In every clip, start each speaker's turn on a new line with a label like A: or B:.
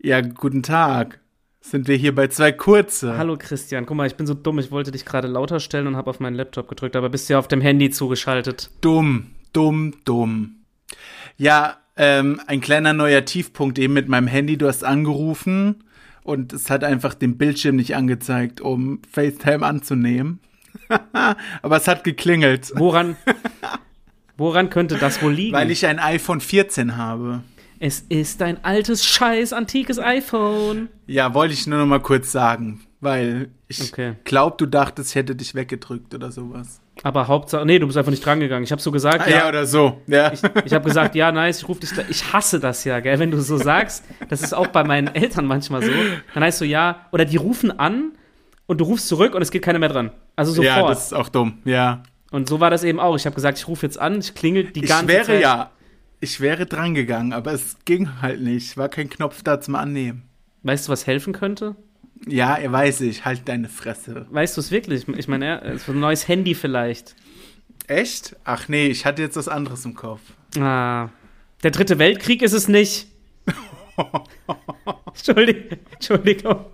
A: Ja, guten Tag. Sind wir hier bei zwei Kurze?
B: Hallo Christian, guck mal, ich bin so dumm, ich wollte dich gerade lauter stellen und habe auf meinen Laptop gedrückt, aber bist ja auf dem Handy zugeschaltet.
A: Dumm, dumm, dumm. Ja, ähm, ein kleiner neuer Tiefpunkt eben mit meinem Handy. Du hast angerufen und es hat einfach den Bildschirm nicht angezeigt, um FaceTime anzunehmen. aber es hat geklingelt,
B: Woran, woran könnte das wohl liegen?
A: weil ich ein iPhone 14 habe.
B: es ist ein altes, scheiß, antikes iPhone.
A: Ja, wollte ich nur noch mal kurz sagen, weil ich
B: Okay.
A: glaub, du dachtest, ich hätte dich weggedrückt oder sowas.
B: Aber Hauptsache, nee, du bist einfach nicht drangegangen. Ich habe so gesagt,
A: Ah,
B: ja,
A: ja. oder so. Ja.
B: Ich habe gesagt, ja, nice, ich rufe dich gleich. Ich hasse das ja, gell, wenn du so sagst. Das ist auch bei meinen Eltern manchmal so. Dann heißt so, ja, oder die rufen an und du rufst zurück und es geht keiner mehr dran. Also sofort.
A: ja, das ist auch dumm. Ja.
B: und so war das eben auch. Ich habe gesagt, ich rufe jetzt an, ich klingel die ganze
A: Ich wäre
B: Zeit.
A: ja, ich wäre drangegangen, aber es ging halt nicht. War kein Knopf da zum Annehmen.
B: Weißt du, was helfen könnte?
A: Ja, er weiß ich. Halt deine Fresse.
B: Weißt du es wirklich? Ich meine, ja, es war ein neues Handy vielleicht.
A: Echt? Ach nee, ich hatte jetzt was anderes im Kopf.
B: Ah, der dritte Weltkrieg ist es nicht. Entschuldigung. Entschuldigung.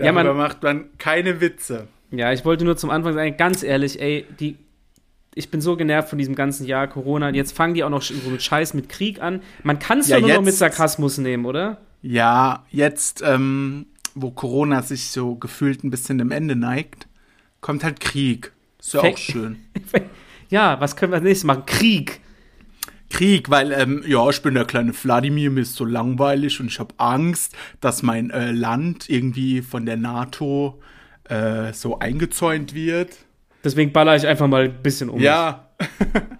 B: Ja,
A: Darüber
B: man-
A: macht man keine Witze.
B: Ja, ich wollte nur zum Anfang sagen, ganz ehrlich, ey, die, ich bin so genervt von diesem ganzen Jahr Corona. Und jetzt fangen die auch noch so einen Scheiß mit Krieg an. Man kann es
A: Ja,
B: ja, nur noch
A: jetzt-
B: mit Sarkasmus nehmen, oder?
A: Ja, jetzt, ähm, wo Corona sich so gefühlt ein bisschen dem Ende neigt, kommt halt Krieg. Ist ja
B: Fake-
A: auch schön.
B: Ja, was können wir als nächstes machen? Krieg.
A: Krieg, weil, ähm, ja, ich bin der kleine Wladimir, mir ist so langweilig und ich habe Angst, dass mein äh, Land irgendwie von der NATO äh, so eingezäunt wird.
B: Deswegen baller ich einfach mal ein bisschen um.
A: Ja,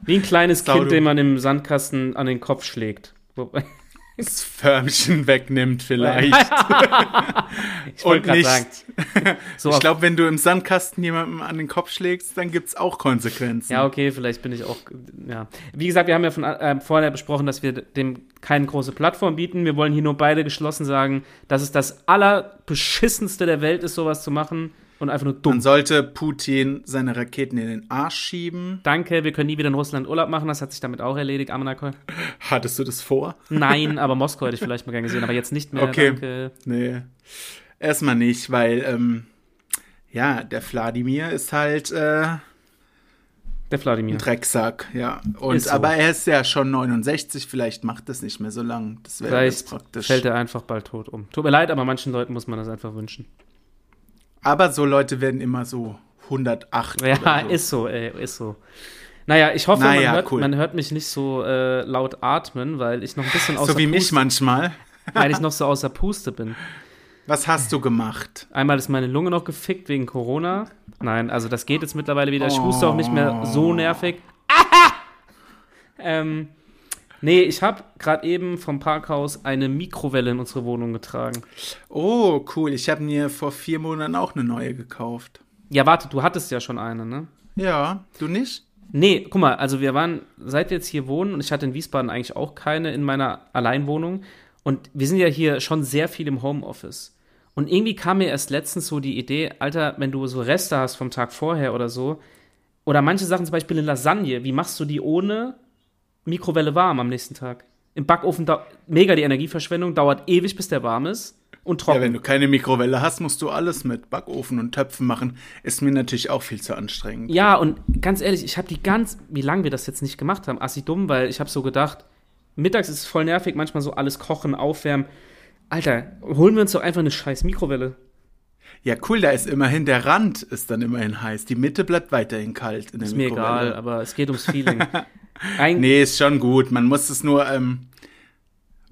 B: Wie ein kleines
A: Sau,
B: Kind,
A: du.
B: dem man im Sandkasten an den Kopf schlägt. Wobei-
A: das Förmchen wegnimmt vielleicht.
B: Ich wollte
A: Und
B: gerade
A: nicht-
B: sagen. So
A: Ich
B: auf-
A: glaube, wenn du im Sandkasten jemandem an den Kopf schlägst, dann gibt's auch Konsequenzen.
B: Ja, okay, vielleicht bin ich auch. Ja. Wie gesagt, wir haben ja von, äh, vorher besprochen, dass wir dem keine große Plattform bieten. Wir wollen hier nur beide geschlossen sagen, dass es das allerbeschissenste der Welt ist, sowas zu machen und einfach nur
A: Dann
B: dumm.
A: sollte Putin seine Raketen in den Arsch schieben.
B: Danke, wir können nie wieder in Russland Urlaub machen. Das hat sich damit auch erledigt, Amanakol.
A: Hattest du das vor?
B: Nein, aber Moskau hätte ich vielleicht mal gern gesehen, aber jetzt nicht mehr.
A: Okay.
B: Danke.
A: Nee. Erstmal nicht, weil, ähm, ja, der Wladimir ist halt äh, ein
B: Der Wladimir.
A: Drecksack, ja. Und
B: Ist so.
A: aber er ist ja schon 69, vielleicht macht das nicht mehr so lang. Das wäre jetzt
B: Vielleicht
A: praktisch.
B: fällt er einfach bald tot um. Tut mir leid, aber manchen Leuten muss man das einfach wünschen.
A: aber so Leute werden immer so 108.
B: Ja,
A: oder so.
B: ist so, ey, ist so. Naja, ich hoffe,
A: Naja,
B: man, hört,
A: cool.
B: man hört mich nicht so äh, laut atmen, weil ich noch ein bisschen außer
A: So wie mich
B: Puste,
A: manchmal.
B: weil ich noch so außer Puste bin.
A: Was hast du gemacht?
B: Einmal ist meine Lunge noch gefickt wegen Corona. Nein, also das geht jetzt mittlerweile wieder. Ich huste auch nicht mehr
A: Oh.
B: so nervig. Aha! Ähm, nee, ich habe gerade eben vom Parkhaus eine Mikrowelle in unsere Wohnung getragen.
A: Oh, cool. Ich habe mir vor vier Monaten auch eine neue gekauft.
B: Ja, warte, du hattest ja schon eine, ne?
A: Ja, du nicht?
B: Nee, guck mal, also wir waren, seit wir jetzt hier wohnen, und ich hatte in Wiesbaden eigentlich auch keine in meiner Alleinwohnung. Und wir sind ja hier schon sehr viel im Homeoffice. Und irgendwie kam mir erst letztens so die Idee, Alter, wenn du so Reste hast vom Tag vorher oder so, oder manche Sachen, zum Beispiel eine Lasagne, wie machst du die ohne Mikrowelle warm am nächsten Tag? Im Backofen, dau- mega die Energieverschwendung, dauert ewig, bis der warm ist und
A: Ja,
B: trocken.
A: wenn du keine Mikrowelle hast, musst du alles mit Backofen und Töpfen machen. Ist mir natürlich auch viel zu anstrengend.
B: Ja, und ganz ehrlich, ich habe die ganz, wie lange wir das jetzt nicht gemacht haben, assi dumm, weil ich habe so gedacht, mittags ist es voll nervig, manchmal so alles kochen, aufwärmen. Alter, holen wir uns doch einfach eine scheiß Mikrowelle.
A: Ja, cool, da ist immerhin der Rand ist dann immerhin heiß. Die Mitte bleibt weiterhin kalt in der
B: Ist mir
A: Mikrowelle.
B: egal, aber es geht ums Feeling. Ein,
A: Nee, ist schon gut. Man muss es nur, ähm,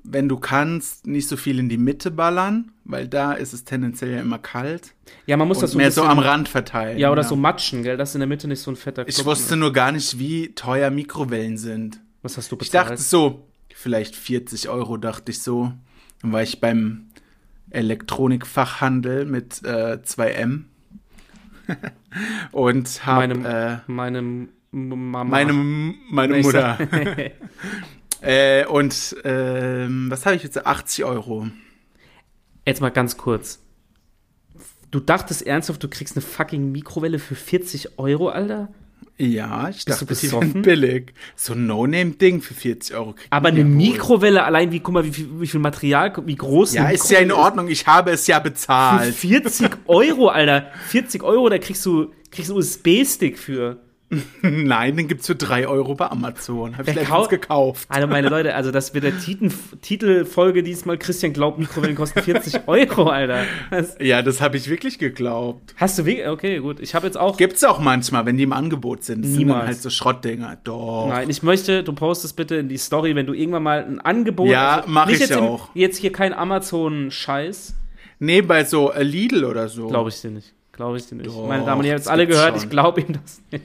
A: wenn du kannst, nicht so viel in die Mitte ballern, weil da ist es tendenziell ja immer kalt.
B: ja, man muss
A: Und
B: das so ein
A: mehr so
B: bisschen-
A: am Rand verteilen. ne?
B: Ja, oder so matschen, gell, dass in der Mitte nicht so ein fetter
A: Ich
B: Klumpen
A: wusste
B: ist.
A: nur gar nicht, wie teuer Mikrowellen sind.
B: ne? Was hast du
A: Ich dachte
B: bezahlt?
A: so, vielleicht 40 Euro, dachte ich so. Dann war ich beim Elektronikfachhandel mit äh, 2M und habe
B: Meinem-
A: äh,
B: meine M- Mama.
A: meine, meine
B: Ich
A: Mutter.
B: sag-
A: Äh, und ähm, was habe ich jetzt? 80 Euro.
B: Jetzt mal ganz kurz. Du dachtest ernsthaft, du kriegst eine fucking Mikrowelle für 40 Euro, Alter?
A: Ja, ich
B: Bist du
A: dachte, die
B: besoffen?
A: wären billig. So ein No-Name-Ding für 40 Euro kriegt
B: Aber
A: man
B: eine
A: ja wohl.
B: Mikrowelle allein, wie, guck mal, wie viel, wie viel Material, wie groß
A: Ja,
B: eine
A: ist ja in
B: Mikrowelle
A: Ordnung. Ich habe es ja
B: Für
A: bezahlt.
B: 40 Euro, Alter. 40 Euro, da kriegst du, kriegst du einen USB-Stick für.
A: Nein, den gibt's für 3 Euro bei Amazon. Habe ich
B: Wer
A: letztens
B: kau-
A: gekauft.
B: Also meine Leute, also das wird der Titel, Titelfolge diesmal. Christian glaubt, Mikrowellen kosten 40 Euro, Alter. Das,
A: Ja, das habe ich wirklich geglaubt.
B: hast du wirklich? Okay, gut. Ich habe jetzt auch.
A: Gibt's auch manchmal, wenn die im Angebot sind. Das sind dann
B: Niemals.
A: halt so Schrottdinger. Doch.
B: Nein, ich möchte, du postest bitte in die Story, wenn du irgendwann mal ein Angebot also
A: Ja, mach
B: nicht
A: ich
B: jetzt im-
A: auch.
B: Jetzt hier kein Amazon-Scheiß.
A: Nee, bei so äh, Lidl oder so.
B: Glaube ich dir nicht. Glaube ich dir nicht.
A: Doch,
B: Meine Damen und Herren, ihr habt es
A: das
B: alle
A: gibt's
B: gehört,
A: schon.
B: ich glaube ihm das nicht.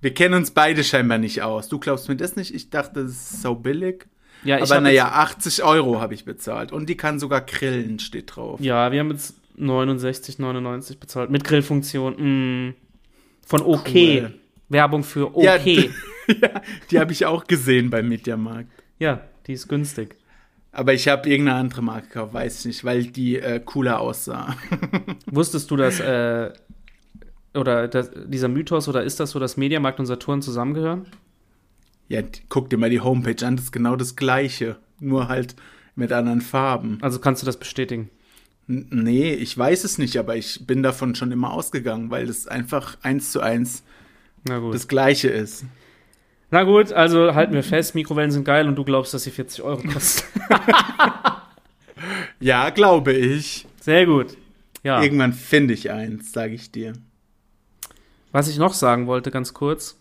A: Wir kennen uns beide scheinbar nicht aus. Du glaubst mir das nicht? Ich dachte, das ist so billig.
B: Ja, ich
A: Aber
B: hab
A: naja, 80 Euro habe ich bezahlt. Und die kann sogar grillen, steht drauf.
B: Jetzt, ja, wir haben jetzt 69,99 bezahlt. Mit Grillfunktion. Mm. Von OK.
A: Cool.
B: Werbung für OK.
A: Ja,
B: Ja,
A: d- ja, die habe ich auch gesehen beim Mediamarkt.
B: die ist günstig.
A: Aber ich habe irgendeine andere Marke gekauft, weiß ich nicht, weil die äh, cooler aussah.
B: Wusstest du, dass. Äh, oder dass, dieser Mythos, oder ist das so, dass Mediamarkt und Saturn zusammengehören?
A: Ja, d- guck dir mal die Homepage an, das ist genau das gleiche. Nur halt mit anderen Farben.
B: Also kannst du das bestätigen?
A: N nee, ich weiß es nicht, aber ich bin davon schon immer ausgegangen, weil das einfach eins zu eins
B: Na gut.
A: das gleiche ist.
B: Na gut, also halten wir fest, Mikrowellen sind geil und du glaubst, dass sie 40 Euro kosten.
A: Ja, glaube ich.
B: Sehr gut. Ja.
A: Irgendwann finde ich eins, sage ich dir.
B: Was ich noch sagen wollte, ganz kurz.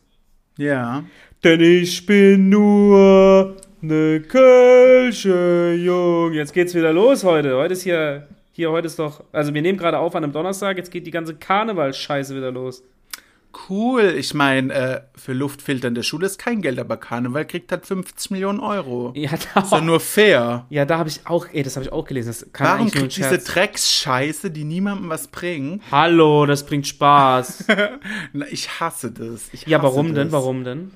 A: Ja.
B: Denn ich bin nur ne Kölsche Jung. Jetzt geht's wieder los heute. Heute ist hier, hier heute ist doch, also wir nehmen gerade auf an einem Donnerstag, jetzt geht die ganze Karnevalscheiße wieder los.
A: Cool. Ich meine, äh, für Luftfiltern der Schule ist kein Geld, aber Karneval kriegt halt 50 Millionen Euro.
B: Ja,
A: Ist doch
B: da,
A: nur fair.
B: ja, da habe ich auch, ey, das habe ich auch gelesen. Das kann
A: Warum
B: eigentlich nur ein
A: kriegt diese
B: Scherz.
A: Drecksscheiße, die niemandem was bringt?
B: Hallo, das bringt Spaß.
A: Na, ich hasse das. Ich hasse
B: ja, warum denn?
A: das.
B: Warum denn?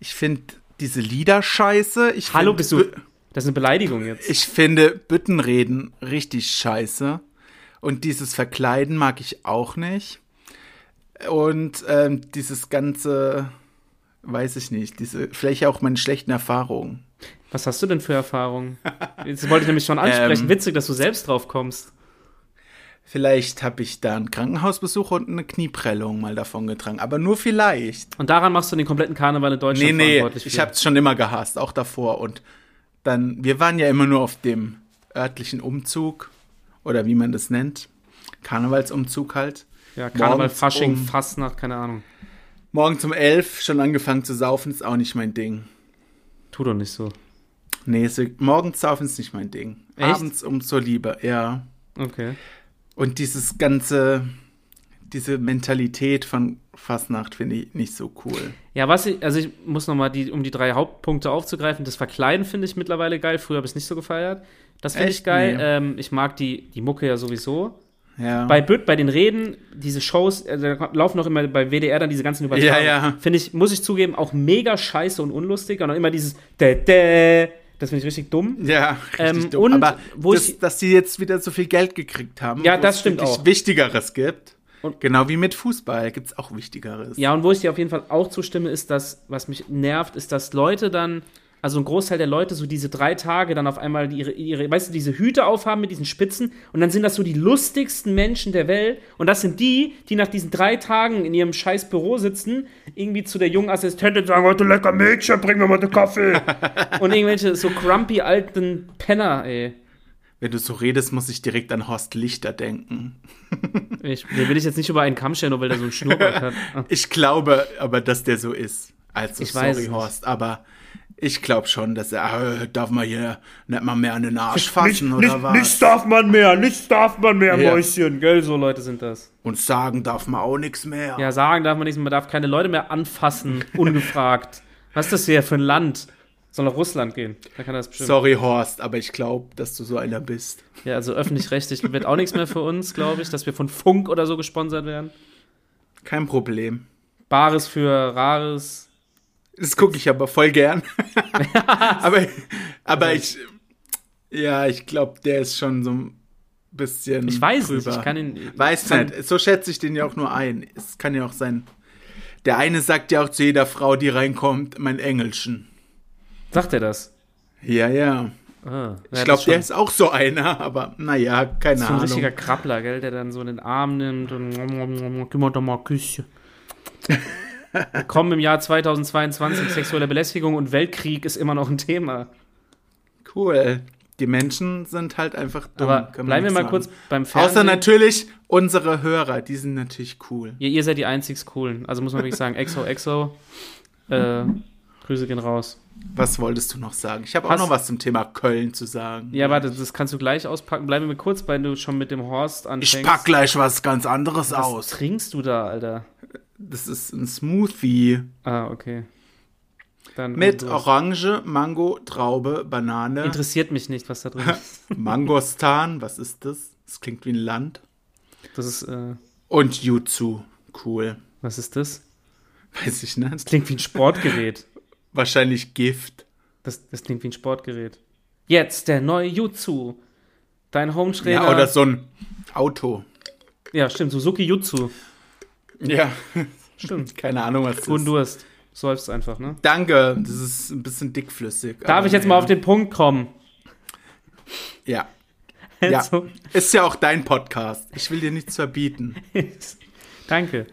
A: Ich finde diese Lieder scheiße. Ich
B: Hallo,
A: find
B: bist du.
A: Bü-
B: Das ist eine Beleidigung jetzt.
A: Ich finde Büttenreden richtig scheiße. Und dieses Verkleiden mag ich auch nicht. Und ähm, dieses ganze, weiß ich nicht, diese, vielleicht auch meine schlechten Erfahrungen.
B: Was hast du denn für Erfahrungen? Jetzt wollte ich nämlich schon ansprechen.
A: Ähm.
B: Witzig, dass du selbst drauf kommst.
A: Vielleicht habe ich da einen Krankenhausbesuch und eine Knieprellung mal davon getragen. Aber nur vielleicht.
B: Und daran machst du den kompletten Karneval in
A: Nee,
B: Deutschland
A: nee,
B: verantwortlich.
A: ich
B: für.
A: habe es schon immer gehasst, auch davor. Und dann, wir waren ja immer nur auf dem örtlichen Umzug oder wie man das nennt. Karnevalsumzug halt.
B: ja, Karneval,
A: morgens
B: Fasching,
A: um-
B: Fastnacht, keine Ahnung.
A: Morgen um elf schon angefangen zu saufen, ist auch nicht mein Ding.
B: Tu doch nicht so.
A: Nee, ist, wirk- morgens saufen ist nicht mein Ding.
B: Echt?
A: Abends umso lieber, ja.
B: Okay.
A: Und dieses ganze, diese Mentalität von Fastnacht finde ich nicht so cool.
B: Ja, was ich, also ich muss nochmal, die, um die drei Hauptpunkte aufzugreifen, das Verkleiden finde ich mittlerweile geil. Früher habe ich es nicht so gefeiert. Das finde ich
A: Echt?
B: geil.
A: Nee. Ah.
B: Ähm, ich mag die, die Mucke ja sowieso.
A: Ja.
B: Bei Bütt, bei den Reden, diese Shows, äh, da laufen noch immer bei WDR dann diese ganzen Übertragungen.
A: Ja, ja.
B: Finde ich, muss ich zugeben, auch mega scheiße und unlustig. Und auch immer dieses Dä, dä, das finde ich richtig dumm.
A: ja, richtig
B: Ähm,
A: dumm.
B: und
A: Aber
B: wo
A: das,
B: ich-
A: dass die jetzt wieder so viel Geld gekriegt haben,
B: Ja,
A: wo
B: das
A: es
B: stimmt
A: wirklich
B: auch.
A: Wichtigeres gibt.
B: Und-
A: genau wie mit Fußball gibt es auch Wichtigeres.
B: Ja, und wo ich dir auf jeden Fall auch zustimme, ist das, was mich nervt, ist, dass Leute dann, also ein Großteil der Leute, so diese drei Tage dann auf einmal die- ihre, ihre weißt du, diese Hüte aufhaben mit diesen Spitzen und dann sind das so die lustigsten Menschen der Welt und das sind die, die nach diesen drei Tagen in ihrem scheiß Büro sitzen, irgendwie zu der jungen Assistentin sagen, heute lecker Mädchen, bring mir mal den Kaffee. und irgendwelche so grumpy alten Penner, ey.
A: Wenn du so redest, muss ich direkt an Horst Lichter denken.
B: Ich, den will ich jetzt nicht über einen Kamm stellen, nur weil der so einen Schnurrbart hat.
A: Ich glaube aber, dass der so ist. Also,
B: Ich
A: sorry,
B: weiß es nicht.
A: Horst, aber ich glaube schon, dass er, äh, darf man hier nicht mal mehr an den Arsch fassen oder was?
B: darf man mehr, nichts darf man mehr,
A: Ja.
B: Mäuschen. Gell, so Leute sind das.
A: Und sagen darf man auch nichts mehr.
B: Ja, sagen darf man nichts, man darf keine Leute mehr anfassen, ungefragt. Was ist das hier für ein Land? Soll nach Russland gehen, da kann das bestimmt.
A: Sorry, Horst, aber ich glaube, dass du so einer bist.
B: Ja, also öffentlich-rechtlich wird auch nichts mehr für uns, glaube ich, dass wir von Funk oder so gesponsert werden.
A: Kein Problem.
B: Bares für Rares.
A: Das gucke ich aber voll gern. aber aber ich,
B: Also
A: ja, ich glaube, der ist schon so ein bisschen
B: Ich weiß
A: drüber.
B: nicht, ich kann ihn.
A: Weiß
B: kann-
A: nicht, so schätze ich den ja auch nur ein. Es kann ja auch sein, Der eine sagt ja auch zu jeder Frau, die reinkommt, mein Engelchen.
B: Sagt er das?
A: Ja, ja.
B: Ah, ja,
A: Ich glaube,
B: das
A: der
B: schon-
A: ist auch so einer, aber naja, keine
B: das ist so ein
A: Ahnung.
B: richtiger Krabbler, gell, der dann so in den Arm nimmt und gib mir doch mal Küsschen. Kommen im Jahr 2022 sexuelle Belästigung und Weltkrieg ist immer noch ein Thema.
A: Cool. Die Menschen sind halt einfach dumm.
B: Aber
A: kann man
B: bleiben wir
A: nichts
B: mal
A: machen.
B: kurz beim
A: Außer
B: Fernsehen.
A: natürlich unsere Hörer, die sind natürlich cool.
B: ihr, ihr seid die einzig coolen. Also muss man wirklich sagen, exo exo. Äh, Grüße gehen raus.
A: Was wolltest du noch sagen? Ich habe auch
B: Hast-
A: noch was zum Thema Köln zu sagen.
B: Ja, warte, das kannst du gleich auspacken. Bleiben wir kurz, weil du schon mit dem Horst anfängst.
A: ich pack gleich was ganz anderes
B: Was
A: aus.
B: trinkst du da, Alter?
A: Das ist ein Smoothie
B: Ah, okay. Dann
A: mit
B: los.
A: Orange, Mango, Traube, Banane,
B: Interessiert mich nicht, was da drin ist.
A: Mangostan. Was ist das? Das klingt wie ein Land.
B: Das ist, äh,
A: Und Jutsu. Cool.
B: was ist das?
A: Weiß ich nicht.
B: Klingt wie ein Sportgerät.
A: Wahrscheinlich Gift.
B: Das, das klingt wie ein Sportgerät. Jetzt der neue Jutsu. Dein Home-Trainer.
A: Ja, oder so ein Auto.
B: Ja, stimmt, Suzuki Jutsu.
A: Ja,
B: Stimmt.
A: keine Ahnung, was das
B: Guten
A: ist.
B: Durst. Säufst einfach, ne?
A: Danke, das ist ein bisschen dickflüssig.
B: Darf ich jetzt mal auf den Punkt kommen?
A: Ja. Ja.
B: Also,
A: Ist ja auch dein Podcast. Ich will dir nichts verbieten.
B: Danke.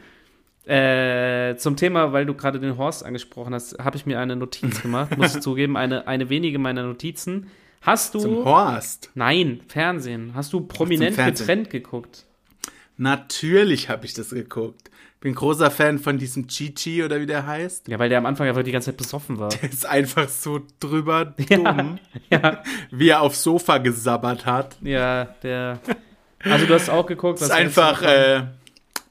B: Äh, zum Thema, weil du gerade den Horst angesprochen hast, habe ich mir eine Notiz gemacht. Muss ich zugeben, eine, eine wenige meiner Notizen. Hast du.
A: Zum Horst.
B: Nein, Fernsehen. Hast du prominent
A: Fernsehen.
B: getrennt geguckt?
A: Natürlich habe ich das geguckt. Bin großer Fan von diesem Chichi oder wie der heißt.
B: Ja, weil der am Anfang einfach die ganze Zeit besoffen war.
A: Ist einfach so drüber
B: Ja.
A: dumm,
B: ja,
A: wie er aufs Sofa gesabbert hat.
B: ja, der. Also, du hast auch geguckt.
A: Ist
B: was
A: einfach
B: jetzt-
A: äh,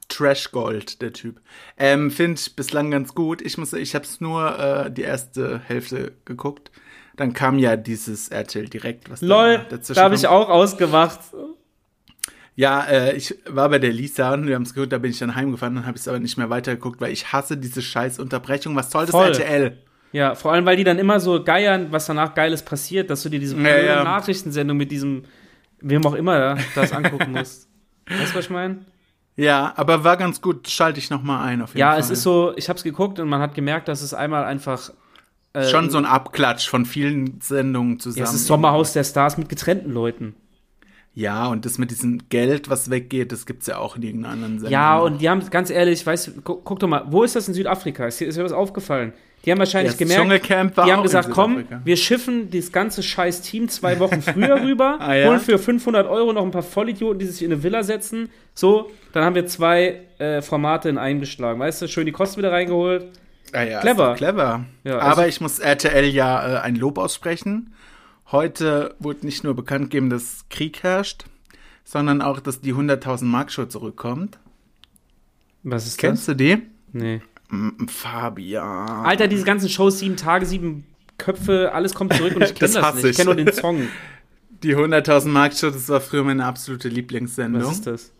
A: Trash Gold, der Typ. Ähm, Finde ich bislang ganz gut. Ich muss, ich habe es nur äh, die erste Hälfte geguckt. Dann kam ja dieses RTL direkt. Was
B: LOL,
A: dazwischen
B: da habe ich
A: kommt.
B: auch ausgemacht.
A: Ja, äh, ich war bei der Lisa und wir haben es gehört, da bin ich dann heimgefahren und habe es aber nicht mehr weitergeguckt, weil ich hasse diese scheiß Unterbrechung. Was soll das
B: Voll.
A: RTL?
B: Ja, vor allem, weil die dann immer so geiern, was danach Geiles passiert, dass du dir diese
A: Ja,
B: blöde
A: ja.
B: Nachrichtensendung mit diesem, wem auch immer, das angucken musst. Weißt du, was ich meine?
A: Ja, aber war ganz gut. Schalte ich nochmal ein auf jeden
B: Ja,
A: Fall.
B: es ist so, ich habe es geguckt und man hat gemerkt, dass es einmal einfach. Äh,
A: Schon so ein Abklatsch von vielen Sendungen zusammen.
B: ja, es ist Sommerhaus der Stars mit getrennten Leuten.
A: Ja, und das mit diesem Geld, was weggeht, das gibt's ja auch in irgendeiner anderen Sendung.
B: Ja, und die haben, ganz ehrlich, weißt du, guck, guck doch mal, wo ist das in Südafrika? Ist, dir- ist dir das aufgefallen? Die haben
A: Ja, das
B: wahrscheinlich gemerkt,
A: Dschungelcamp war
B: die
A: auch
B: haben
A: in
B: gesagt, komm,
A: Südafrika.
B: wir schiffen das ganze scheiß Team zwei Wochen früher rüber,
A: Ah, ja?
B: holen für 500 Euro noch ein paar Vollidioten, die sich in eine Villa setzen. So, dann haben wir zwei äh, Formate in einem geschlagen, weißt du, schön die Kosten wieder reingeholt.
A: Ah ja, ist
B: Clever.
A: doch Clever.
B: Ja, also-
A: Aber ich muss RTL ja äh, ein Lob aussprechen. Heute wurde nicht nur bekannt gegeben, dass Krieg herrscht, sondern auch, dass die 100.000 Mark Show zurückkommt.
B: Was ist
A: Kennst du die?
B: das? Nee.
A: Mm, Fabian.
B: Alter, diese ganzen Shows, sieben Tage, sieben Köpfe, alles kommt zurück und ich
A: Das
B: kenne das,
A: hasse
B: nicht. Ich kenne
A: ich.
B: nur den Song.
A: Die 100.000 Mark Show, das war früher meine absolute
B: Was
A: Lieblingssendung.
B: ist das?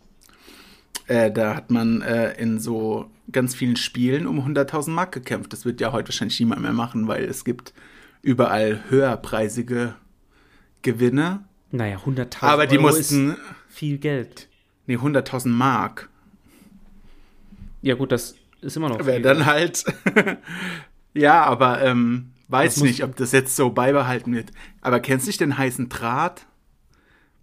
A: Äh, da hat man äh, in so ganz vielen Spielen um 100.000 Mark gekämpft. Das wird ja heute wahrscheinlich niemand mehr machen, weil es gibt überall höherpreisige Gewinne.
B: Naja, 100.000
A: Aber die
B: Euro
A: mussten,
B: ist viel Geld.
A: nee, 100.000 Mark.
B: Ja gut, das ist immer noch
A: Wäre
B: viel.
A: dann halt. ja, aber ähm, weiß
B: Das muss-
A: nicht, ob das jetzt so beibehalten wird. Aber kennst du nicht den heißen Draht?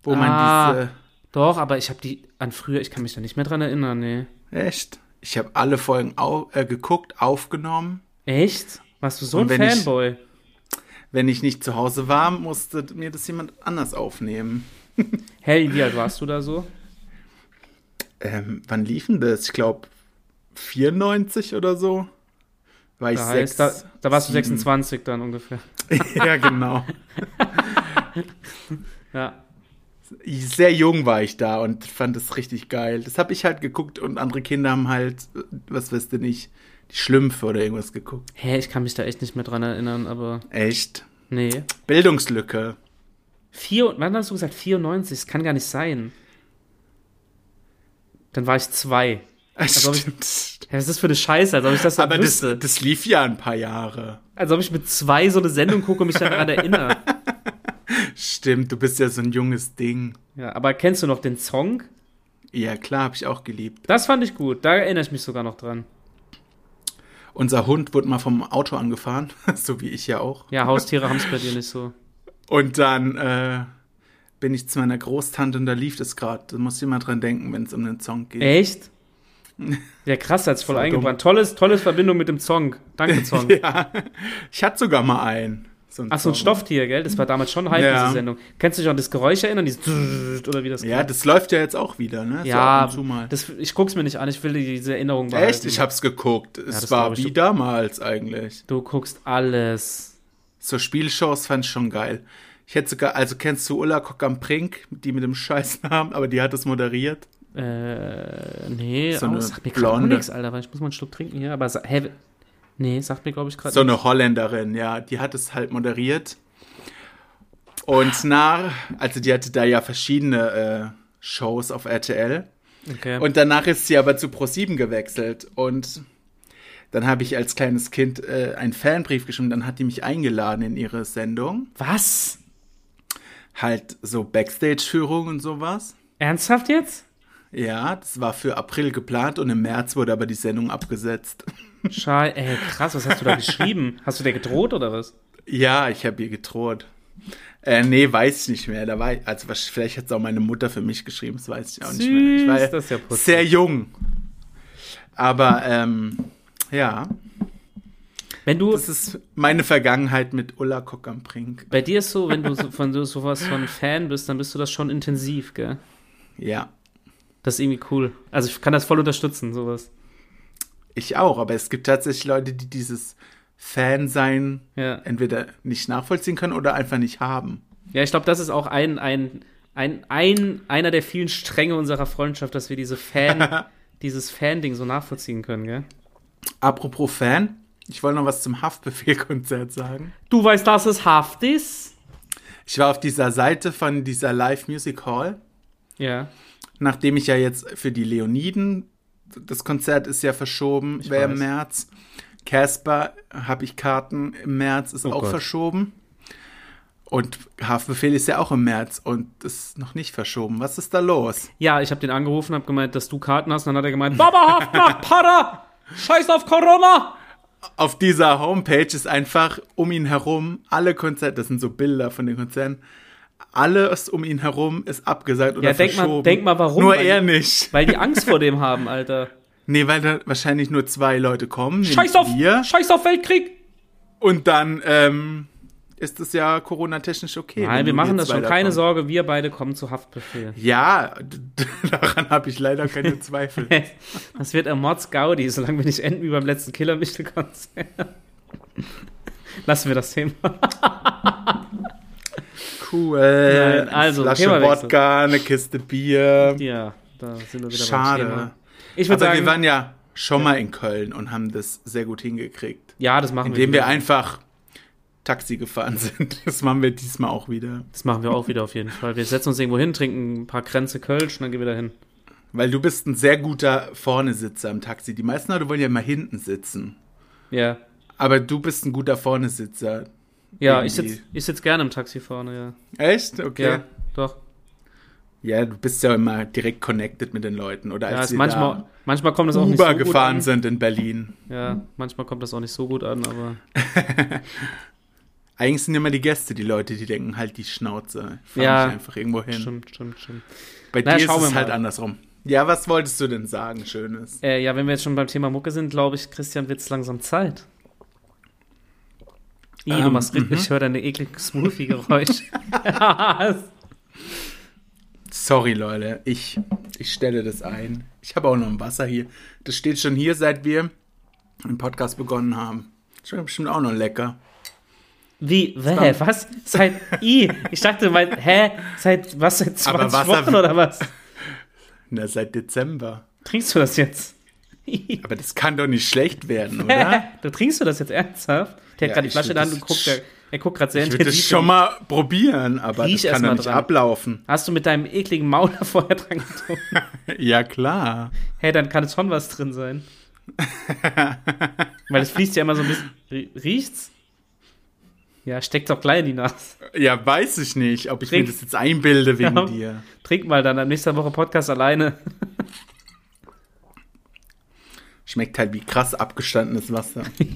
A: Wo
B: Ah.
A: man
B: Doch, aber ich habe die an früher, ich kann mich da nicht mehr dran erinnern, nee.
A: diese. Echt? Ich habe alle Folgen au äh, geguckt, aufgenommen.
B: Echt? Warst du so
A: Und
B: ein
A: wenn ich-
B: Fanboy?
A: Wenn ich nicht zu Hause war, musste mir das jemand anders aufnehmen.
B: Hey, wie alt warst du da so?
A: Ähm, wann lief denn das? Ich glaube 94 oder so. War ich
B: Da,
A: sechs.
B: heißt, da, da warst du
A: sieben.
B: 26 dann ungefähr.
A: ja, genau.
B: Ja.
A: sehr jung war ich da und fand es richtig geil. Das habe ich halt geguckt und andere Kinder haben halt, äh, was weißt du nicht, die Schlümpfe oder irgendwas geguckt.
B: Hä, ich kann mich da echt nicht mehr dran erinnern, aber
A: Echt?
B: nee.
A: Bildungslücke.
B: Vier, wann hast du gesagt 94? Das kann gar nicht sein. Dann war ich zwei. Also hab ich-
A: Stimmt.
B: Ja, was ist das für eine Scheiße, als ob ich das dann
A: Aber das,
B: wüsste.
A: das lief ja ein paar Jahre.
B: als ob ich mit zwei so eine Sendung gucke und mich dann daran erinnere.
A: Stimmt, du bist ja so ein junges Ding.
B: Ja, aber kennst du noch den Song?
A: Ja, klar, habe ich auch geliebt.
B: Das fand ich gut, da erinnere ich mich sogar noch dran.
A: Unser Hund wurde mal vom Auto angefahren, so wie ich ja auch.
B: Ja, Haustiere haben es bei dir nicht so.
A: Und dann äh, bin ich zu meiner Großtante und da lief es gerade. Da muss jemand dran denken, wenn es um den Song geht.
B: Echt? Ja, krass, hat's voll
A: So dumm.
B: eingebrannt. Tolles, tolles Verbindung mit dem Song. Danke, Song.
A: ja, ich hatte sogar mal einen. So
B: Ach so,
A: Song.
B: ein Stofftier, gell? Das war damals schon Hype,
A: Ja.
B: diese Sendung. Kannst du dich an das Geräusch erinnern? Dieses Zzzzt oder wie das
A: Ja, das läuft ja jetzt auch wieder, ne? So
B: ja
A: ab und zu mal.
B: das, ich guck's mir nicht an. Ich will diese Erinnerung behalten.
A: Echt? Ich hab's geguckt. Es
B: das glaub
A: war
B: ich,
A: wie
B: du-
A: damals eigentlich.
B: Du guckst alles.
A: So Spielshows fand ich schon geil. Ich hätte sogar, also kennst du Ulla Kock am Prink, die mit dem Scheißnamen, aber die hat es moderiert.
B: Äh, nee,
A: So
B: oh,
A: eine
B: sagt mir gerade
A: Blonde.
B: nichts, Alter. weil Ich muss mal einen Schluck trinken hier. Aber sa- hä? Nee, sagt mir, glaube ich, gerade
A: So eine Holländerin, ja, die hat es halt moderiert. Und nach, also die hatte da ja verschiedene äh, Shows auf RTL.
B: nichts. Okay.
A: Und danach ist sie aber zu ProSieben gewechselt. Und dann habe ich als kleines Kind äh, einen Fanbrief geschrieben. Dann hat die mich eingeladen in ihre Sendung.
B: Was?
A: Halt so Backstage-Führung und sowas.
B: Ernsthaft jetzt?
A: Ja, das war für April geplant und im März wurde aber die Sendung abgesetzt.
B: Schei, ey, krass, was hast du da geschrieben? Hast du der gedroht oder was?
A: Ja, ich habe ihr gedroht. Äh, nee, weiß ich nicht mehr. Da war ich, also wasch- vielleicht hat es auch meine Mutter für mich geschrieben, das weiß ich auch nicht mehr. Ich
B: Süß,
A: war ja
B: das ist ja putzig.
A: sehr jung. Aber ähm, ja,
B: Wenn du,
A: das ist meine Vergangenheit mit Ulla Kock am Brink.
B: bei dir ist so, wenn du so, von so sowas von Fan bist, dann bist du das schon intensiv, gell?
A: Ja,
B: Das ist irgendwie cool. Also ich kann das voll unterstützen, sowas.
A: ich auch. Aber es gibt tatsächlich Leute, die dieses Fan-Sein
B: Ja,
A: entweder nicht nachvollziehen können oder einfach nicht haben.
B: ja ich glaube, das ist auch ein, ein, ein, ein, einer der vielen Stränge unserer Freundschaft, dass wir diese Fan, dieses Fan-Ding so nachvollziehen können, gell?
A: Apropos Fan, ich wollte noch was zum Haftbefehl-Konzert sagen.
B: Du weißt, dass es Haft ist?
A: Ich war auf dieser Seite von dieser Live Music Hall,
B: Ja.
A: nachdem ich ja jetzt für die Leoniden, das Konzert ist ja verschoben,
B: Ich
A: wäre im
B: weiß.
A: März. Casper habe ich Karten im März, ist
B: Oh
A: auch
B: Gott.
A: verschoben. Und Haftbefehl ist ja auch im März und ist noch nicht verschoben. Was ist da los?
B: Ja, ich habe den angerufen, habe gemeint, dass du Karten hast. Und dann hat er gemeint, Baba Haft macht Para! Scheiß auf Corona!
A: Auf dieser Homepage ist einfach um ihn herum alle Konzerte, das sind so Bilder von den Konzerten, alles um ihn herum ist abgesagt oder
B: Ja, denk mal-
A: verschoben.
B: denk mal, warum,
A: Nur
B: weil-
A: er nicht.
B: Weil die Angst vor dem haben, Alter.
A: Nee, weil da wahrscheinlich nur zwei Leute kommen. nämlich
B: Scheiß auf,
A: Wir.
B: Scheiß auf Weltkrieg!
A: Und dann ähm, ist es ja coronatechnisch okay.
B: Nein,
A: wenn
B: wir
A: nur
B: machen das
A: zwei
B: schon.
A: da
B: Keine
A: kommen.
B: Sorge, wir beide kommen zu Haftbefehl.
A: Ja, d- d- daran habe ich leider keine Zweifel.
B: Das wird ein Mords Gaudi, solange wir nicht enden wie beim letzten killer michel konzert Lassen wir das Thema.
A: Cool.
B: Nein,
A: also,
B: also,
A: Flasche
B: Themawechsel.
A: Wodka, eine Kiste Bier.
B: Ja, da sind wir wieder beim
A: Schade.
B: Thema. Ich
A: Aber
B: würde sagen,
A: wir waren ja schon mal in Köln und haben das sehr gut hingekriegt.
B: ja, das machen
A: Indem
B: wir.
A: wir einfach Taxi gefahren sind. Das machen wir diesmal auch wieder.
B: Das machen wir auch wieder auf jeden Fall. Wir setzen uns irgendwo hin, trinken ein paar Kränze Kölsch und dann gehen wir da hin.
A: Weil du bist ein sehr guter Vorne-Sitzer im Taxi. Die meisten Leute wollen ja immer hinten sitzen.
B: Ja.
A: Aber du bist ein guter Vorne-Sitzer.
B: Ja, ich
A: Irgendwie.
B: sitze ich sitz gerne im Taxi vorne,
A: Echt?
B: ja.
A: Okay.
B: Ja, doch.
A: Ja, du bist ja immer direkt connected mit den Leuten. Oder
B: Ja,
A: als
B: ist
A: wir
B: manchmal, manchmal kommt das
A: da
B: auch nicht
A: Uber
B: so gut
A: gefahren
B: an.
A: sind in Berlin.
B: Ja, manchmal kommt das auch nicht so gut an, aber
A: Eigentlich sind immer die Gäste die Leute, die denken, halt die Schnauze. Fahr
B: Ja.
A: mich einfach irgendwo hin.
B: stimmt, stimmt, stimmt.
A: Bei
B: Na,
A: dir ist
B: schauen wir
A: es halt
B: mal.
A: andersrum. Ja, was wolltest du denn sagen, Schönes?
B: Äh, ja, wenn wir jetzt schon beim Thema Mucke sind, glaube ich, Christian, wird es langsam Zeit. I, du
A: Ähm,
B: machst richtig, ich höre deine ekligen Smoothie-Geräusche.
A: Sorry, Leute. Ich, ich stelle das ein. Ich habe auch noch ein Wasser hier. Das steht schon hier, seit wir den Podcast begonnen haben. Das schmeckt bestimmt auch noch lecker.
B: Wie, hä, was? Seit I? Ich dachte, mein, hä? Seit was? Seit
A: Aber
B: 20
A: Wasser-
B: Wochen oder was?
A: Na, seit Dezember.
B: Trinkst du das jetzt?
A: Aber das kann doch nicht schlecht werden, oder?
B: Da trinkst du das jetzt ernsthaft? Der hat
A: Ja,
B: gerade die
A: ich
B: Flasche in der
A: würd
B: Hand und
A: das-
B: guckt, der, er guckt gerade sehr
A: Ich würde das schon mal probieren, aber
B: Riech
A: das
B: erst
A: kann doch
B: mal
A: nicht
B: dran.
A: ablaufen.
B: Hast du mit deinem ekligen Maul da vorher dran getrunken?
A: Ja, klar.
B: Hey, dann kann es schon was drin sein. Weil es fließt ja immer so ein bisschen. Rie- Riecht's? Ja, steckt doch gleich in die Nase.
A: Ja, weiß ich nicht, ob ich
B: Trink-
A: mir das jetzt einbilde wegen
B: Ja.
A: dir.
B: Trink mal dann am nächsten Woche Podcast alleine.
A: Schmeckt halt wie krass abgestandenes Wasser.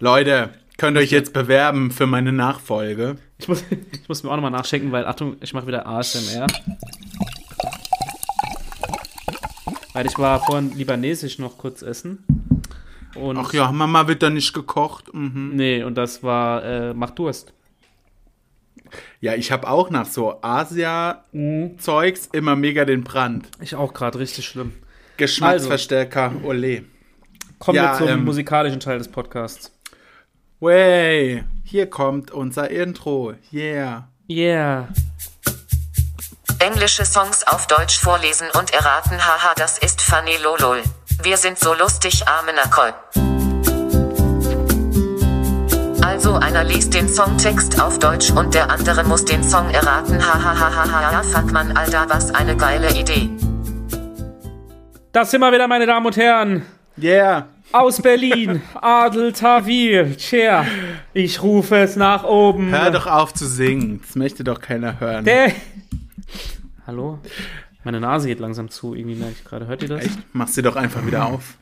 A: Leute, könnt ihr euch jetzt bewerben für meine Nachfolge.
B: Ich muss, ich muss mir auch nochmal nachschenken, weil, Achtung, ich mache wieder ASMR. Weil ich war vorhin libanesisch noch kurz essen. Und
A: Ach ja, Mama wird da nicht gekocht. Mhm.
B: Nee, und das war, äh, mach Durst.
A: Ja, ich habe auch nach so Asia-Zeugs immer mega den Brand.
B: Ich Mhm. auch gerade richtig schlimm.
A: Geschmacksverstärker, ole.
B: Kommen
A: Ja,
B: wir zum
A: ähm,
B: musikalischen Teil des Podcasts.
A: Way, hier kommt unser Intro. Yeah.
B: Yeah.
C: Englische Songs auf Deutsch vorlesen und erraten. Haha, das ist funny lolol. Wir sind so lustig, arme Nacol. Also einer liest den Songtext auf Deutsch und der andere muss den Song erraten. Hahaha, fand man Alter, was eine geile Idee.
B: Da sind wir wieder, meine Damen und Herren.
A: Yeah.
B: Aus Berlin, Adel Tawil. Tja, ich rufe es nach oben.
A: Hör doch auf zu singen. Das möchte doch keiner hören.
B: Der Hallo? Meine Nase geht langsam zu, irgendwie merke ich gerade. Hört ihr das?
A: Echt? Mach sie doch einfach wieder auf.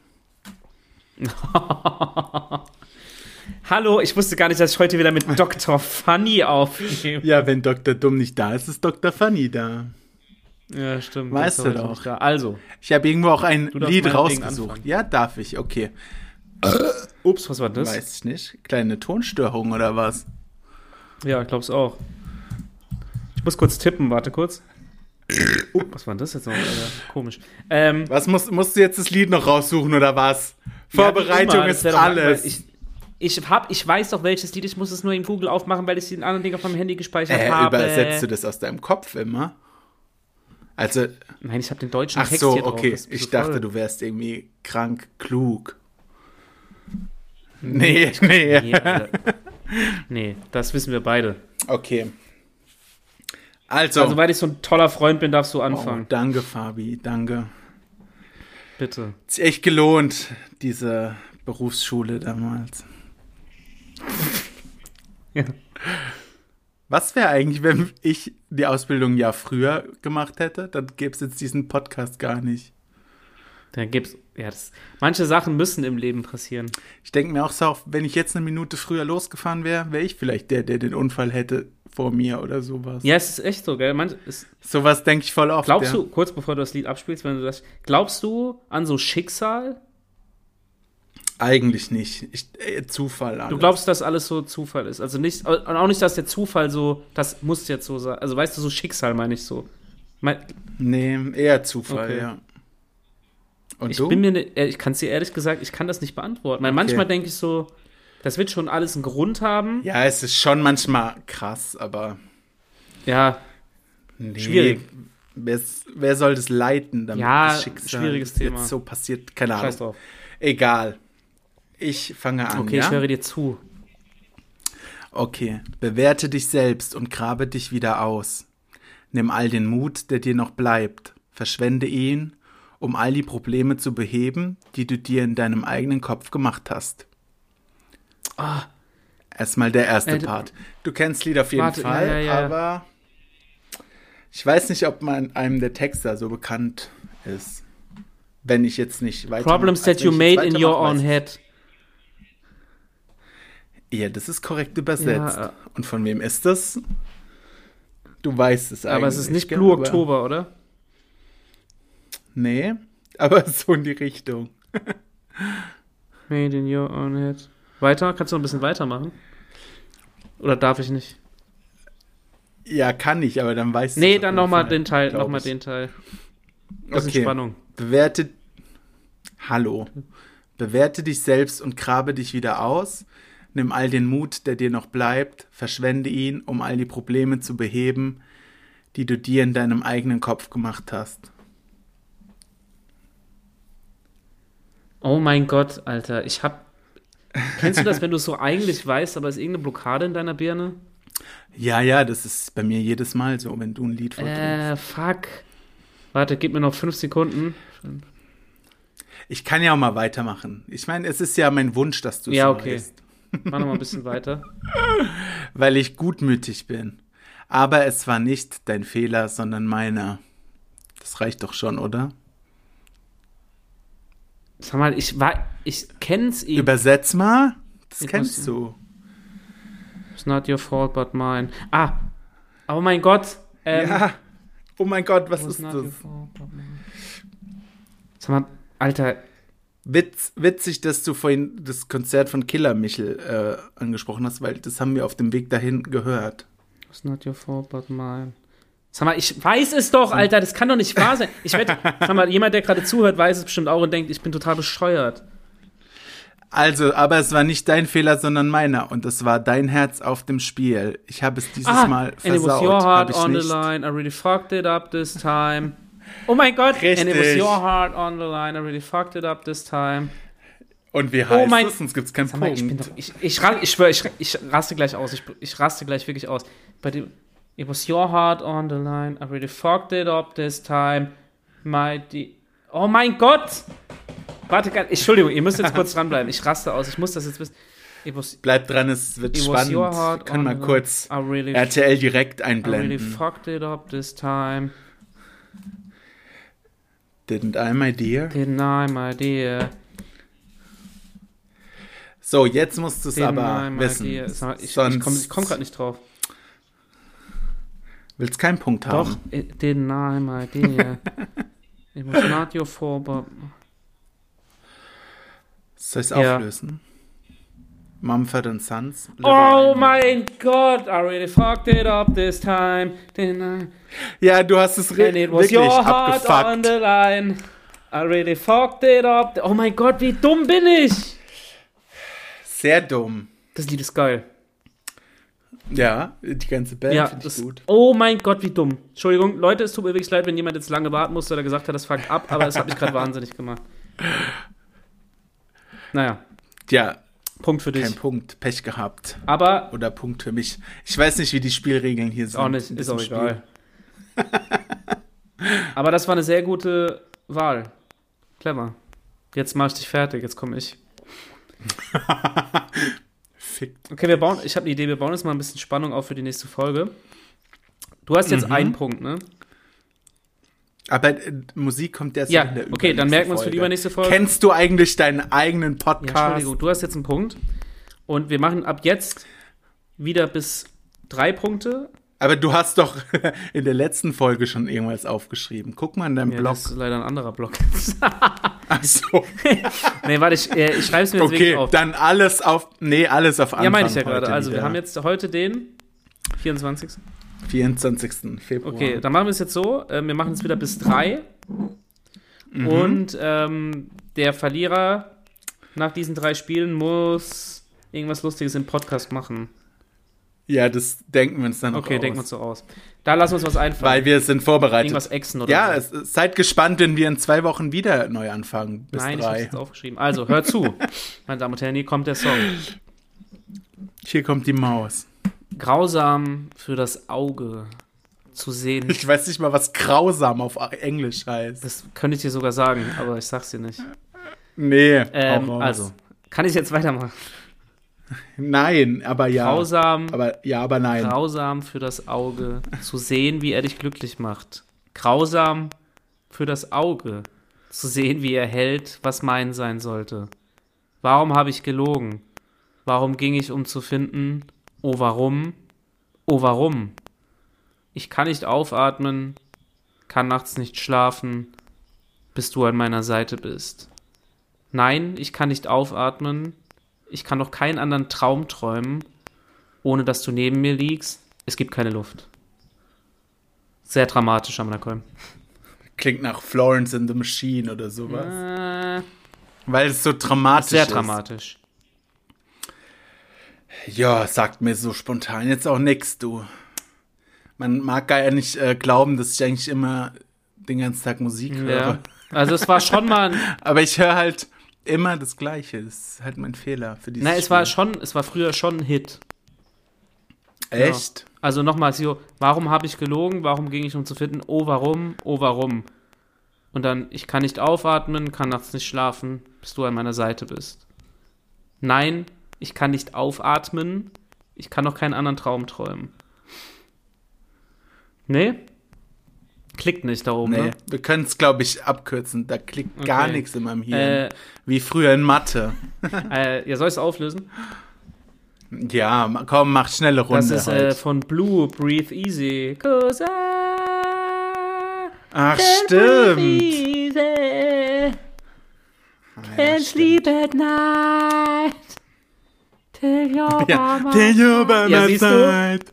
B: Hallo, ich wusste gar nicht, dass ich heute wieder mit Dr. Funny aufnehme.
A: Ja, wenn Dr. Dumm nicht da ist, ist Dr. Funny da.
B: Ja, stimmt.
A: Weißt
B: das war
A: du
B: heute
A: doch.
B: nicht Da. Also,
A: Ich habe irgendwo auch ein
B: darfst
A: Lied
B: meinetwegen
A: rausgesucht.
B: anfangen.
A: Ja, darf ich. Okay.
B: ups, was war das?
A: Weiß ich nicht. Kleine Tonstörung oder was?
B: Ja, ich glaub's auch. Ich muss kurz tippen, warte kurz. Oh, was war denn das jetzt noch? Alter? Komisch. Ähm,
A: Was musst, musst du jetzt das Lied noch raussuchen oder was? Vorbereitung
B: Ja, wie immer, das
A: ist
B: wär doch-
A: alles.
B: Ich, ich, hab, ich weiß doch, welches Lied, ich muss es nur in Google aufmachen, weil ich den anderen Ding auf meinem Handy gespeichert
A: äh,
B: habe.
A: übersetzt du das aus deinem Kopf immer? Also,
B: Nein, ich habe den deutschen
A: ach
B: Text
A: so,
B: hier drauf.
A: okay.
B: das ist so
A: Ich dachte,
B: voll.
A: du wärst irgendwie krank klug. Nee, nee.
B: Nee, Alter. nee, das wissen wir beide.
A: Okay. Also,
B: Also, weil ich so ein toller Freund bin, darfst du
A: oh,
B: anfangen.
A: danke, Fabi, danke.
B: Bitte.
A: Hat sich echt gelohnt, diese Berufsschule damals.
B: Ja.
A: Was wäre eigentlich, wenn ich die Ausbildung ein Jahr früher gemacht hätte? Dann gäbe es jetzt diesen Podcast gar nicht.
B: Dann gibt's. Ja, das, manche Sachen müssen im Leben passieren.
A: Ich denke mir auch so, auf, wenn ich jetzt eine Minute früher losgefahren wäre, wäre ich vielleicht der, der den Unfall hätte vor mir oder sowas.
B: Ja, es ist echt so, gell? Manch, es,
A: Sowas denke ich voll oft.
B: glaubst
A: ja.
B: du, kurz bevor du das Lied abspielst, wenn du das. Glaubst du an so Schicksal?
A: Eigentlich nicht. Ich, äh, Zufall. Alles.
B: Du glaubst, dass alles so Zufall ist. Also nicht, und auch nicht, dass der Zufall so, das muss jetzt so sein. Also weißt du, so Schicksal meine ich so. Mein,
A: Nee, eher Zufall,
B: Okay.
A: ja. Und
B: ich
A: du?
B: bin mir, ne, eh, ich kann es dir ehrlich gesagt, ich kann das nicht beantworten. Weil manchmal denke ich so, das wird schon alles einen Grund haben.
A: ja, es ist schon manchmal krass, aber
B: Ja,
A: nee.
B: Schwierig.
A: Wer, wer soll das leiten, damit
B: Ja,
A: das Schicksal
B: schwieriges Thema.
A: jetzt so passiert? Keine Ahnung.
B: scheiß drauf.
A: Egal. Ich fange an.
B: Okay,
A: ja?
B: ich höre dir zu.
A: Okay, bewerte dich selbst und grabe dich wieder aus. Nimm all den Mut, der dir noch bleibt, verschwende ihn, um all die Probleme zu beheben, die du dir in deinem eigenen Kopf gemacht hast. Erstmal der erste
B: Ah. Äh, d-
A: Part. Du kennst Lied auf jeden
B: Warte, ja,
A: Fall,
B: ja, ja.
A: aber ich weiß nicht, ob man einem der Text da so bekannt ist. Wenn ich jetzt nicht weiter.
B: Problems
A: also
B: that
A: wenn
B: you
A: ich
B: made
A: jetzt
B: in
A: weitermache,
B: your own
A: weiß ich-
B: head.
A: Ja, das ist korrekt übersetzt.
B: Ja, äh.
A: Und von wem ist das? Du weißt es eigentlich.
B: Aber es ist nicht
A: gell?
B: Blue
A: Aber-
B: Oktober, oder?
A: Nee, aber so in die Richtung.
B: Made in your own head. Weiter? Kannst du noch ein bisschen weitermachen? Oder darf ich nicht?
A: Ja, kann ich, aber dann weißt du
B: Nee,
A: es
B: dann
A: auf jeden
B: nochmal
A: Fall,
B: den Teil,
A: glaub
B: nochmal
A: ich.
B: den Teil. Bisschen
A: Okay.
B: Spannung.
A: Bewerte. Hallo. Bewerte dich selbst und grabe dich wieder aus. Nimm all den Mut, der dir noch bleibt, verschwende ihn, um all die Probleme zu beheben, die du dir in deinem eigenen Kopf gemacht hast.
B: Oh mein Gott, Alter, ich hab. Kennst du das, wenn du es so eigentlich weißt, aber es ist irgendeine Blockade in deiner Birne?
A: Ja, ja, das ist bei mir jedes Mal so, wenn du ein Lied vorträgst.
B: Äh, fuck. Warte, gib mir noch fünf Sekunden.
A: Ich kann ja auch mal weitermachen. Ich meine, es ist ja mein Wunsch, dass du es
B: Ja, okay.
A: weißt,
B: Mach noch mal ein bisschen weiter.
A: weil ich gutmütig bin. Aber es war nicht dein Fehler, sondern meiner. Das reicht doch schon, oder?
B: Sag mal, ich war, ich kenn's eben.
A: Übersetz mal. Das
B: Ich
A: kennst
B: muss-
A: du.
B: It's not your fault but mine. Ah, oh mein Gott. Ähm,
A: ja. Oh mein Gott, was
B: it was
A: ist
B: not
A: das?
B: your fault but mine. Sag mal, Alter,
A: Witz, witzig, dass du vorhin das Konzert von Killer Michel äh, angesprochen hast, weil das haben wir auf dem Weg dahin gehört.
B: it's not your fault but mine. Sag mal, ich weiß es doch, Alter, das kann doch nicht wahr sein. Ich wette, sag mal, jemand, der gerade zuhört, weiß es bestimmt auch und denkt, ich bin total bescheuert.
A: Also, aber es war nicht dein Fehler, sondern meiner. Und es war dein Herz auf dem Spiel. Ich habe es dieses Mal
B: Ah, and it was
A: versaut.
B: your
A: Hab
B: heart
A: ich
B: on
A: nicht.
B: the line, I really fucked it up this time. Oh mein Gott, and it was
A: Richtig.
B: your heart on the line, I really fucked it up this time.
A: Und wie heißt
B: Oh mein-
A: es? Sonst gibt es keinen
B: Sag mal, ich bin
A: Punkt.
B: doch, ich, ich, ra- ich schwöre, ich, ich raste gleich aus, ich, ich raste gleich wirklich aus. But it, it was your heart on the line, I really fucked it up this time, my de Oh mein Gott! Warte, ganz- Entschuldigung, ihr müsst jetzt kurz dranbleiben, ich raste aus, ich muss das jetzt wissen. It was,
A: Bleib dran, es wird
B: it was your
A: spannend.
B: heart
A: Können
B: on
A: mal
B: the
A: kurz
B: line, I really
A: RTL direkt
B: I really
A: einblenden.
B: fucked it up this time.
A: Didn't I, my dear?
B: Deny my dear.
A: So, jetzt musst du es
B: Deny
A: aber
B: my
A: wissen.
B: dear. Sag mal, Ich, ich
A: Sonst
B: komme komm gerade nicht drauf.
A: willst keinen Punkt
B: Doch,
A: haben.
B: äh, deny my dear. It was not your fault, but.
A: Soll ich es
B: Ja.
A: auflösen? Mumford and Sons.
B: Oh
A: Little Lion.
B: mein Gott, I really fucked it up this time. Deny.
A: Ja, du hast es re-
B: And it was
A: wirklich
B: your heart on
A: abgefuckt.
B: the line. I really fucked it up. Oh mein Gott, wie dumm bin ich!
A: Sehr dumm.
B: Das Lied ist geil.
A: Ja, die ganze Band
B: Ja,
A: finde ich
B: das,
A: gut.
B: oh mein Gott, wie dumm. Entschuldigung, Leute, es tut mir wirklich leid, wenn jemand jetzt lange warten musste oder gesagt hat, das fuckt ab, aber es hat mich gerade wahnsinnig gemacht. Naja,
A: Ja,
B: Punkt für
A: kein
B: dich.
A: Punkt. Pech gehabt.
B: Aber
A: Oder Punkt für mich. Ich weiß nicht, wie die Spielregeln hier sind.
B: auch nicht,
A: in
B: Ah, ist
A: diesem
B: auch egal. aber das war eine sehr gute Wahl. Clever. Jetzt mach ich dich fertig, jetzt komme ich.
A: Spiel. Fick.
B: Okay, wir bauen, ich habe eine Idee, wir bauen jetzt mal ein bisschen Spannung auf für die nächste Folge. Du hast jetzt einen Punkt, ne?
A: Aber äh, Musik kommt erst
B: Ja,
A: in der
B: okay, dann
A: übernächsten
B: merken wir uns für die
A: Folge.
B: übernächste Folge.
A: Kennst du eigentlich deinen eigenen
B: Ja,
A: Podcast?
B: Entschuldigung, du hast jetzt einen Punkt. Und wir machen ab jetzt wieder bis drei Punkte.
A: Aber du hast doch in der letzten Folge schon irgendwas aufgeschrieben. Guck mal in deinem
B: Ja,
A: Blog.
B: Das ist leider ein anderer Block.
A: Ach so.
B: nee, warte, ich, äh, ich schreibe es mir jetzt wirklich
A: Okay,
B: auf.
A: dann alles auf. Nee, alles auf Anfang.
B: Ja, meine ich ja
A: heute
B: gerade. Also, wir
A: wieder.
B: haben jetzt heute den 24.
A: 24. Februar.
B: Okay, dann machen wir es jetzt so. Äh, wir machen es wieder bis drei.
A: Mhm.
B: Und ähm, der Verlierer nach diesen drei Spielen muss irgendwas Lustiges im Podcast machen.
A: Ja, das denken wir uns dann
B: Okay,
A: auch
B: denken wir
A: aus.
B: uns so aus. Da lassen wir uns was einfallen.
A: Weil wir sind vorbereitet.
B: Irgendwas exen oder
A: ja,
B: so.
A: es, es- seid gespannt, wenn wir in zwei Wochen wieder neu anfangen. Bis
B: Nein, ich hab's
A: drei.
B: jetzt aufgeschrieben. Also, hör zu, meine Damen und Herren, hier kommt der Song.
A: Hier kommt die Maus.
B: Grausam für das Auge zu sehen.
A: Ich weiß nicht mal, was grausam auf Englisch heißt.
B: Das könnte ich dir sogar sagen, aber ich sag's dir nicht.
A: Nee,
B: Ähm,
A: hau raus.
B: also, kann ich jetzt weitermachen?
A: Nein, aber ja.
B: Grausam,
A: Aber ja, aber nein.
B: grausam für das Auge zu sehen, wie er dich glücklich macht. Grausam für das Auge zu sehen, wie er hält, was mein sein sollte. Warum habe ich gelogen? Warum ging ich, um zu finden? Oh, warum? Oh, warum? Ich kann nicht aufatmen, kann nachts nicht schlafen, bis du an meiner Seite bist. Nein, ich kann nicht aufatmen, ich kann noch keinen anderen Traum träumen, ohne dass du neben mir liegst. Es gibt keine Luft. Sehr dramatisch, Amanakolm.
A: Klingt nach Florence in the Machine oder sowas.
B: Äh,
A: Weil es so dramatisch
B: sehr
A: ist.
B: dramatisch.
A: Ja, sagt mir so spontan jetzt auch nix, du. Man mag gar nicht äh, glauben, dass ich eigentlich immer den ganzen Tag Musik
B: Ja.
A: höre.
B: Also es war schon mal, ein,
A: Aber ich höre halt immer das Gleiche. Das ist halt mein Fehler für dieses
B: na, es war
A: Spiel.
B: schon, es war früher schon ein Hit.
A: Echt?
B: Also nochmal, Sio, warum habe ich gelogen? Warum ging ich um zu finden? Oh, warum? Oh, warum? Und dann, ich kann nicht aufatmen, kann nachts nicht schlafen, bis du an meiner Seite bist. Nein, ich kann nicht aufatmen, ich kann noch keinen anderen Traum träumen. Nee? Klickt nicht da oben,
A: Nee,
B: ne?
A: wir können es, glaube ich, abkürzen. Da klickt gar
B: Okay.
A: nichts in meinem Hirn.
B: Äh,
A: Wie früher in Mathe.
B: äh, ja, soll ich es auflösen?
A: Ja, ma- komm, mach schnelle Runde.
B: Das ist äh,
A: halt.
B: von Blue, Breathe Easy. 'Cause I
A: Ach,
B: can breathe
A: stimmt. Ah,
B: easy.
A: Ja,
B: And
A: stimmt.
B: sleep at night. Till you're by
A: Ja,
B: my
A: Till you by
B: Ja,
A: my
B: siehst du?
A: side.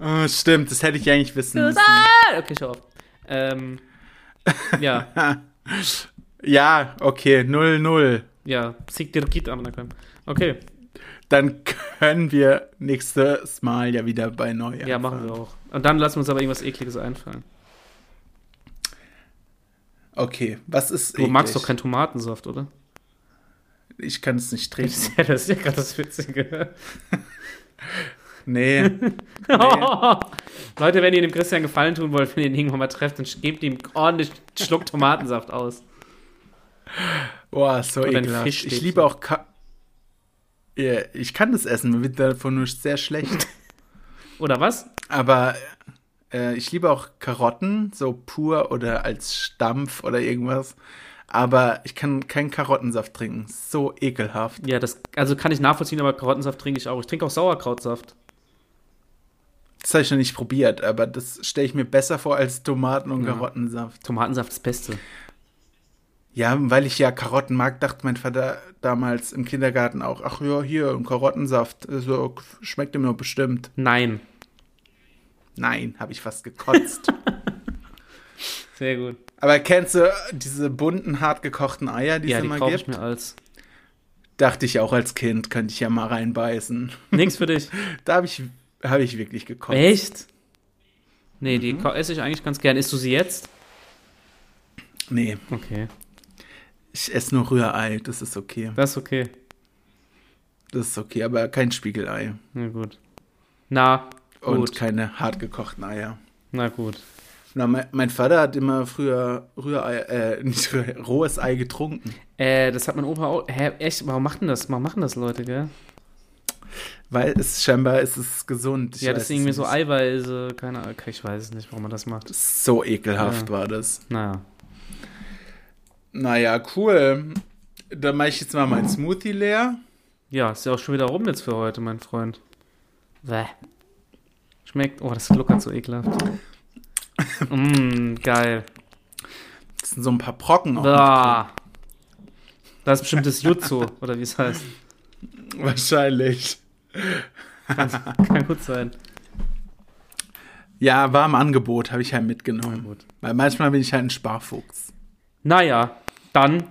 A: Oh, stimmt, das hätte ich eigentlich wissen müssen.
B: side. Ah, Okay, schau auf. Ähm, ja,
A: Ja, okay, 0-0.
B: ja. Sieg dir geht am Nacken. Okay,
A: Dann können wir nächstes Mal ja wieder bei neu.
B: ja, machen wir auch. Und dann lassen wir uns aber irgendwas Ekliges einfallen.
A: Okay, was ist
B: Du magst doch keinen Tomatensaft, oder?
A: Ich kann es nicht trinken.
B: Ja, das ist ja gerade das Witzige.
A: Nee.
B: Oh. Leute, wenn ihr dem Christian Gefallen tun wollt, wenn ihr ihn irgendwann mal trefft, dann gebt ihm ordentlich einen Schluck Tomatensaft aus.
A: Boah, so
B: Oder ein
A: ekelhaft.
B: Fisch
A: Ich
B: steht
A: liebe
B: so.
A: auch Ka ja, ich kann das essen, mir wird davon nur sehr schlecht.
B: Oder was?
A: Aber äh, ich liebe auch Karotten, so pur oder als Stampf oder irgendwas. Aber ich kann keinen Karottensaft trinken. So ekelhaft.
B: Ja, das also kann ich nachvollziehen, aber Karottensaft trinke ich auch. Ich trinke auch Sauerkrautsaft.
A: Das habe ich noch nicht probiert, aber das stelle ich mir besser vor als Tomaten und Karottensaft.
B: Tomatensaft ist das Beste.
A: Ja, weil ich ja Karotten mag, dachte mein Vater damals im Kindergarten auch, ach ja, hier, ein Karottensaft, so schmeckt ihm nur bestimmt.
B: Nein.
A: Nein, habe ich fast gekotzt.
B: Sehr gut.
A: Aber kennst du diese bunten, hart gekochten Eier, die
B: ja,
A: es
B: die
A: immer
B: kaufe ich
A: gibt?
B: mir als.
A: Dachte ich auch als Kind, könnte ich ja mal reinbeißen.
B: Nix für dich.
A: Da habe ich, hab ich wirklich gekocht.
B: Echt? Mhm. Nee, die ka- esse ich eigentlich ganz gern. Isst du sie jetzt?
A: Nee,
B: Okay.
A: ich esse nur Rührei, das ist okay.
B: Das ist okay.
A: Das ist okay, aber kein Spiegelei.
B: Na gut. Na,
A: Und
B: gut.
A: keine hart gekochten Eier.
B: Na gut.
A: Na, mein, mein Vater hat immer früher Rührei, äh, nicht Rührei, rohes Ei getrunken.
B: Äh, das hat mein Opa auch. Hä, echt? Warum machen das? Warum machen das Leute, gell?
A: Weil es scheinbar ist es gesund. Ich
B: ja, das
A: weiß
B: ist irgendwie
A: es
B: so
A: nicht.
B: Eiweiße. Keine Ahnung. Ich weiß es nicht, warum man das macht.
A: So ekelhaft
B: Ja.
A: war das.
B: Naja.
A: Naja, cool. Dann mache ich jetzt mal meinen Smoothie leer.
B: Ja, ist ja auch schon wieder rum jetzt für heute, mein Freund. Bäh. Schmeckt. Oh, das gluckert so ekelhaft. mm, geil.
A: Das sind so ein paar Brocken auch
B: Da. Das ist bestimmt das Jutsu, oder wie es heißt.
A: Wahrscheinlich.
B: Kann gut sein.
A: Ja, war im Angebot, habe ich halt mitgenommen. Weil manchmal bin ich halt ein Sparfuchs.
B: Naja, dann.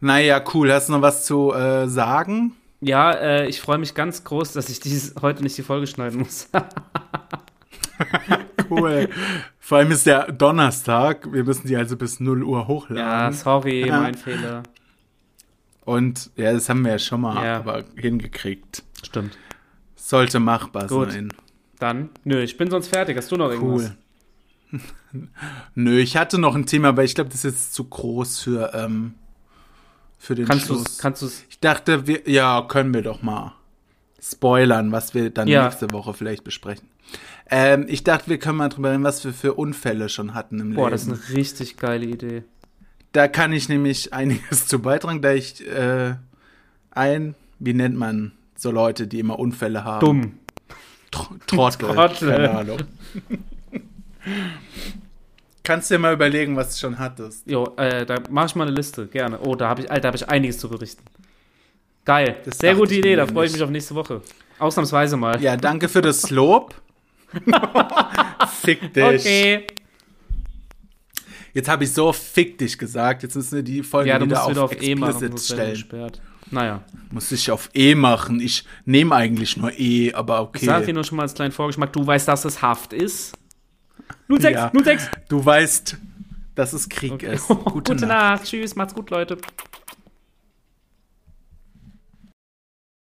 A: Naja, cool. Hast du noch was zu äh, sagen?
B: Ja, äh, ich freue mich ganz groß, dass ich dieses, heute nicht die Folge schneiden muss.
A: Cool. Vor allem ist ja Donnerstag. Wir müssen die also bis 0 Uhr
B: ja,
A: hochladen.
B: Ah, sorry, mein Fehler.
A: Und ja, das haben wir ja schon mal
B: Ja.
A: aber hingekriegt.
B: Stimmt.
A: Sollte machbar
B: Gut.
A: sein.
B: Dann. Nö, ich bin sonst fertig. Hast du noch irgendwas?
A: Cool. Nö, ich hatte noch ein Thema, aber ich glaube, das ist jetzt zu groß für, ähm, für den
B: Kannst du
A: Schluss.
B: es? Kannst du es?
A: Ich dachte, wir, ja, können wir doch mal spoilern, was wir dann
B: Ja.
A: nächste Woche vielleicht besprechen. Ähm, ich dachte, wir können mal drüber reden, was wir für Unfälle schon hatten im
B: Boah, das ist
A: Leben.
B: eine richtig geile Idee.
A: Da kann ich nämlich einiges zu beitragen, da ich äh, ein, wie nennt man so Leute, die immer Unfälle haben?
B: Dumm.
A: Tr Trottel.
B: Trottel.
A: Keine Ahnung. Kannst dir mal überlegen, was du schon hattest.
B: Jo, äh, da mache ich mal eine Liste, gerne. Oh, da habe ich, Alter, da habe ich einiges zu berichten. Geil.
A: Das
B: Sehr
A: dachte
B: gute
A: ich
B: Idee,
A: mir
B: da freue
A: nämlich.
B: ich mich auf nächste Woche. Ausnahmsweise mal.
A: Ja, danke für das Lob. Fick dich.
B: okay.
A: Jetzt habe ich so fick dich gesagt. Jetzt müssen wir die Folge
B: Ja, du
A: wieder,
B: musst
A: auf
B: wieder auf E
A: explicit
B: machen. sonst werden wir
A: stellen.
B: gesperrt. Naja.
A: Muss ich auf E machen. Ich nehme eigentlich nur E, aber
B: Ich sag dir
A: okay.
B: nur schon mal als kleinen Vorgeschmack, du weißt, dass es Haft ist. 06,
A: Ja.
B: 06.
A: Du weißt, dass es Krieg ist.
B: Gute, Nacht. Tschüss, macht's gut, Leute.